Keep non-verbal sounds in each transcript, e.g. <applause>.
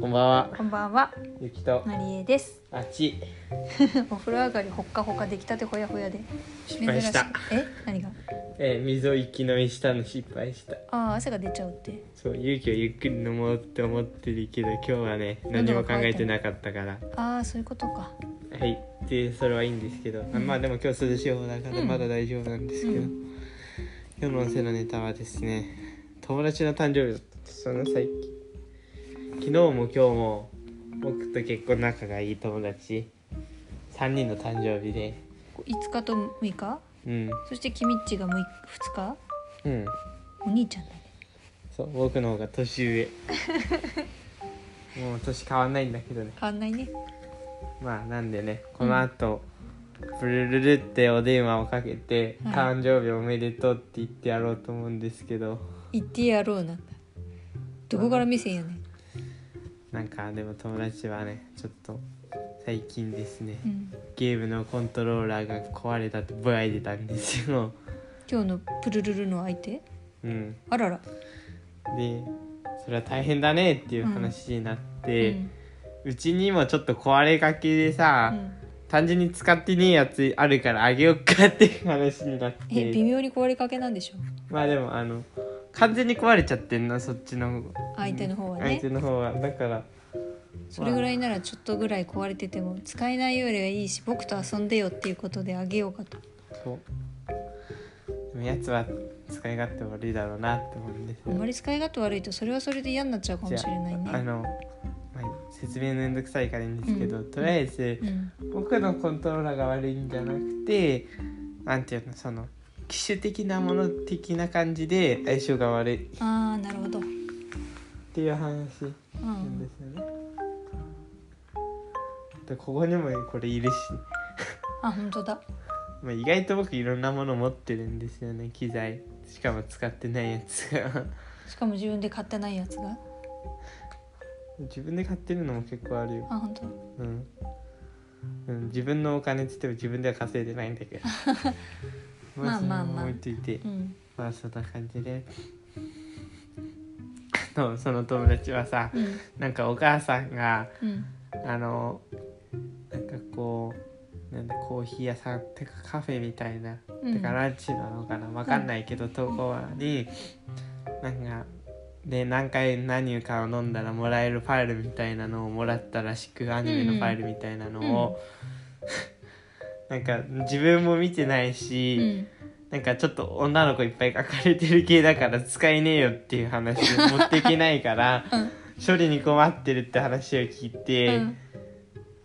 こんばんは。こんばんは、ゆきと。なりえです。 <laughs> あっち。お風呂上がりほっかほかできたてほやほやで。失敗した珍いえ、何が？えー、水を一気飲みしたの失敗した。ああ、汗が出ちゃうって。そう、勇気をゆっくり飲もうって思ってるけど、今日はね、何も考えてなかったから。ああ、そういうことか。はい。で、それはいいんですけど、あまあでも今日涼しい方だからうんまだ大丈夫なんですけど、う今日のお世のネタはですね、友達の誕生日だったんですよね、最近。昨日も今日も僕と結構仲がいい友達3人の誕生日で、 5日と6日？うん、そして君っちが6日2日？うん。お兄ちゃんだね。そう僕の方が年上もう年変わんないんだけどね変わんないね。まあなんでねこの後、ブルルルってお電話をかけて「はい誕生日おめでとう」って言ってやろうと思うんですけど言ってやろうなんだ。どこから目線やね。なんかでも友達はねちょっと最近ですね、うん。ゲームのコントローラーが壊れたってぼやいてたんですよ、 <laughs> 今日のプルルルの相手？うん、あらら。でそれは大変だねっていう話になっうて、ん。うちにもちょっと壊れかけでさ、うん単純に使ってねえやつあるからあげよっかっていう話になっえ、微て妙に壊れかけなんでしょまあでもあの完全に壊れちゃってんなそっちの相手の方は相ね手の方はだからそれぐらいならちょっとぐらい壊れてても使えないよりはいいし僕と遊んでよっていうことであげようかとそうでもやつは使い勝手悪いだろうなって思うんですあよまり使い勝手悪いとそれはそれで嫌になっちゃうかもしれないじゃああね。の、まあ、説明めんどくさいからいいんですけど、うんとりあえず、うん、僕のコントローラーが悪いんじゃなくてなんていうのその機種的なもの的な感じで相性が悪いっああなるほど。うていう話。なんでん、すよね。でここにもこれいるし、あ本当だ。まあ、意外と僕いろんなもの持ってるんですよね機材しかも使ってないやつが <laughs> しかも自分で買ってないやつが。自分で買ってるのも結構あるよ、あ本当。うんうん、自分のお金って言っても自分では稼いでないんだけど <laughs> まあまあまあそれも置いといてうんまあそんな感じであのその友達はさうんなんかお母さんがうんあのなんかこうなんだコーヒー屋さんてかカフェみたいな、うんてかランチなのかなわかんないけど投稿になんかで何回何かを飲んだらもらえるファイルみたいなのをもらったらしくアニメのファイルみたいなのを、 <laughs> なんか自分も見てないし、うん。なんかちょっと女の子いっぱい書かれてる系だから使えねえよっていう話を持っていけないから、うん処理に困ってるって話を聞いて。うん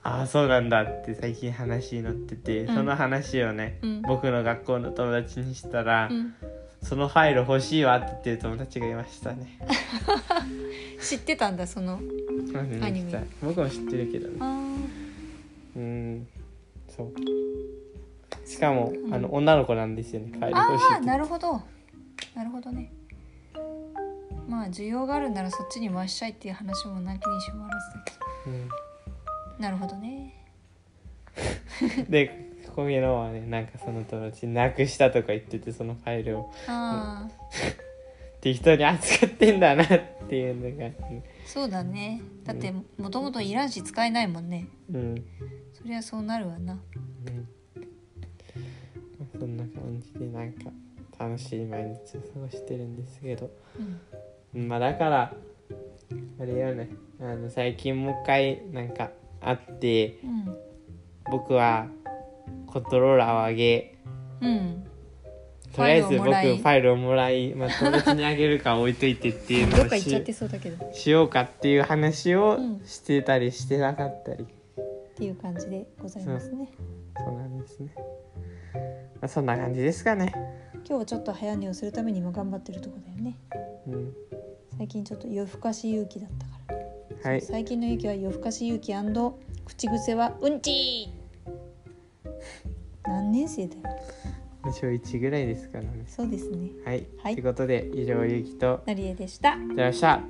ああそうなんだって最近話に乗ってて、うんその話をね、うん僕の学校の友達にしたら、うんそのファイル欲しいわって言ってる友達がいましたね知ってたんだその。アニメ僕も知ってるけどあねうーんそうしかも、んあの女の子なんですよねファイル欲しいあっーてなるほど。なるほどね。まあ需要があるならそっちに回したいっていう話もなきにしもあらず。なるほどね。うん、で小宮のはねなんかその友達なくしたとか言っててそのファイルをああ適当に扱ってんだなっていうのが、そうだね。だってもともといらんし使えないもんね。うんそりゃそうなるわな。うんそんな感じでなんか楽しい毎日を過ごしてるんですけどうんまあだからあれよねあの最近もう一回なんか会ってうん僕はコントローラーをあげうん、とりあえずファイルを僕もフらァイいルをもらい、まあ、友達にあげるか置いといてっていうのどっをか行っしちゃってそうだけどっしようかっていう話をうんしてたりしてなかったり、ていう感じでございますねそうなんですね、まあ、そんな感じですかね今日はちょっと早寝をするために今頑張ってるとこだよねうん最近ちょっと夜更かし勇気だったから、はい最近の勇気は夜更かし勇気口癖はうんち何年生だよ小1ぐらいですからねそうですねはい、はいということで以上ゆうきとなりえでしたではした